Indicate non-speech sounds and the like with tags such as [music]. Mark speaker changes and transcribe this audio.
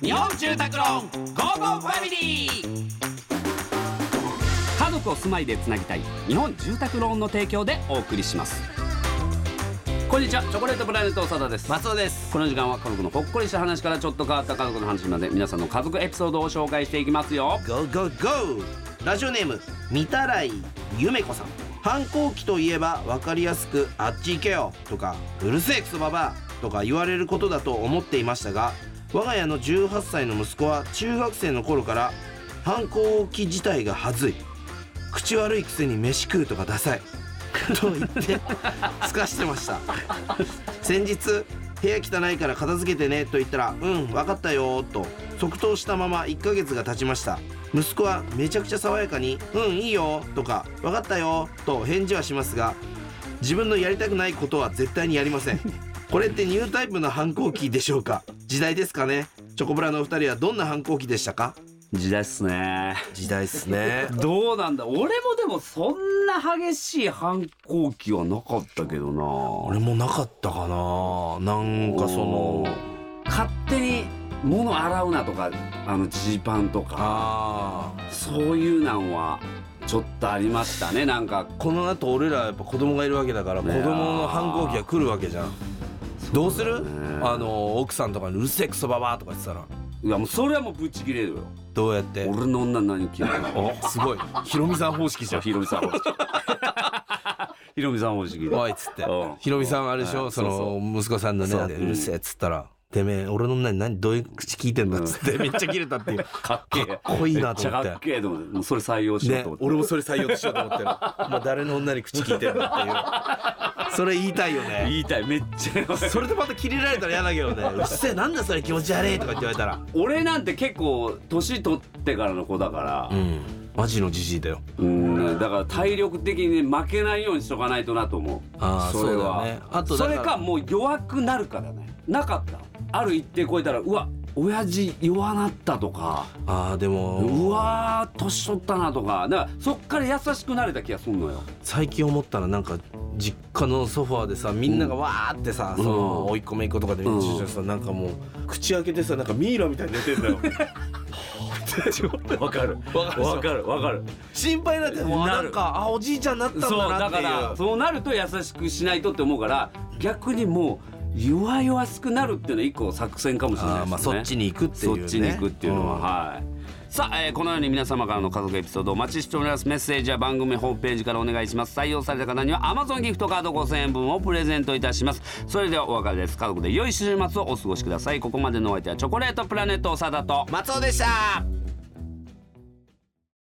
Speaker 1: 日本住宅ローンゴーゴーファミリー家族を住まいでつなぎたい日本住宅ローンの提供でお送りしますこんにちはチョコレートプラネット長田です
Speaker 2: 松尾です
Speaker 1: この時間は家族のほっこりした話からちょっと変わった家族の話まで皆さんの家族エピソードを紹介していきますよ
Speaker 2: GOGOGO ラジオネームみたらいゆめこさん反抗期といえば分かりやすく「あっち行けよ」とか「うるせえクソババア」とか言われることだと思っていましたが我が家の18歳の息子は中学生の頃から反抗期自体がはずい口悪いくせに飯食うとかダサいと言ってすかしてました先日「部屋汚いから片付けてね」と言ったら「うん分かったよ」と即答したまま1ヶ月が経ちました息子はめちゃくちゃ爽やかに「うんいいよ」とか「分かったよ」と返事はしますが自分のやりたくないことは絶対にやりませんこれってニュータイプの反抗期でしょうか時代ですかねチョコプラのお二人はどんな反抗期でしたか
Speaker 1: 時代っすね
Speaker 2: 時代っすね
Speaker 1: どうなんだ俺もでもそんな激しい反抗期はなかったけどな
Speaker 2: 俺もなかったかななんかその
Speaker 1: 勝手に物洗うなとかあのジーパンとか
Speaker 2: ああ
Speaker 1: そういうなんはちょっとありましたねなんか
Speaker 2: この後俺らやっぱ子供がいるわけだから子
Speaker 1: ね
Speaker 2: 供の反抗期が来るわけじゃんどうするあの奥さんとかに「うるせえクソババア」とか言ってたら
Speaker 1: いやもうそれはもうぶち切れるよ
Speaker 2: どうやって
Speaker 1: 俺の女何切れ [laughs] るの
Speaker 2: おすごいヒロミさん方式じゃん
Speaker 1: ひろみさん方式 [laughs] ひろみさん方式
Speaker 2: 「おい」っつって
Speaker 1: うん
Speaker 2: ヒロミさんあれでし
Speaker 1: う
Speaker 2: ょ
Speaker 1: ん
Speaker 2: そ
Speaker 1: そう
Speaker 2: の息子さんのね
Speaker 1: そう
Speaker 2: 「うるせえ」っつったら「てめえ俺の女に何どういう口聞いてんだ」っつって [laughs] めっちゃ切れたっていう
Speaker 1: かっけえ
Speaker 2: かっこいい
Speaker 1: め
Speaker 2: な
Speaker 1: っ
Speaker 2: と
Speaker 1: ちゃ
Speaker 2: 思
Speaker 1: か
Speaker 2: って
Speaker 1: っけえと思ってもうそれ採用しよう
Speaker 2: ね
Speaker 1: と思って、
Speaker 2: 俺もそれ採用しようと思ってるまあ誰の女に口聞いてんだっていうそれ言いたいよね
Speaker 1: 言いたいめっちゃ
Speaker 2: それでまた切れられたら嫌だけどね「うっせえなんだそれ気持ち悪い」とかって言われたら
Speaker 1: [laughs] 俺なんて結構年取ってからの子だから、
Speaker 2: んマジのじじいだよ
Speaker 1: うんだから体力的にね負けないようにしとかないとなと思う
Speaker 2: あー
Speaker 1: それは
Speaker 2: そうだよねあとだ
Speaker 1: そ
Speaker 2: から
Speaker 1: れかもう弱くなるからねなかったある一定超えたらうわ親父弱なったとか
Speaker 2: あーでも
Speaker 1: うわー年取ったなとかだからそっから優しくなれた気がすんの
Speaker 2: [laughs]
Speaker 1: よ
Speaker 2: 最近思ったらなんか実家のソファーでさみんながわーってさ、
Speaker 1: うん
Speaker 2: その追い込めいっ子とかでみんな
Speaker 1: うん
Speaker 2: さ、なんかもう口開けてさなんかミイラみたいに寝てんだよ
Speaker 1: [laughs] わかる
Speaker 2: わかるでしょ
Speaker 1: わかるわかる
Speaker 2: 心配になってもう
Speaker 1: な
Speaker 2: な
Speaker 1: る
Speaker 2: んかあおじいちゃんになったん
Speaker 1: そう
Speaker 2: だな
Speaker 1: だ
Speaker 2: って
Speaker 1: か
Speaker 2: いう
Speaker 1: らそうなると優しくしないとって思うから逆にもう弱々しくなるっていうのは一個作戦かもしれない
Speaker 2: あ
Speaker 1: です
Speaker 2: ー
Speaker 1: ね
Speaker 2: まあそっちに行くっていう
Speaker 1: そ
Speaker 2: ね
Speaker 1: っちに行くっていうのは、はいさあ、えーこのように皆様からの家族エピソードをお待ちしておりますメッセージは番組ホームページからお願いします採用された方には Amazon ギフトカード5000円分をプレゼントいたしますそれではお別れです家族で良い週末をお過ごしくださいここまでのお相手はチョコレートプラネット長田と
Speaker 2: 松尾でした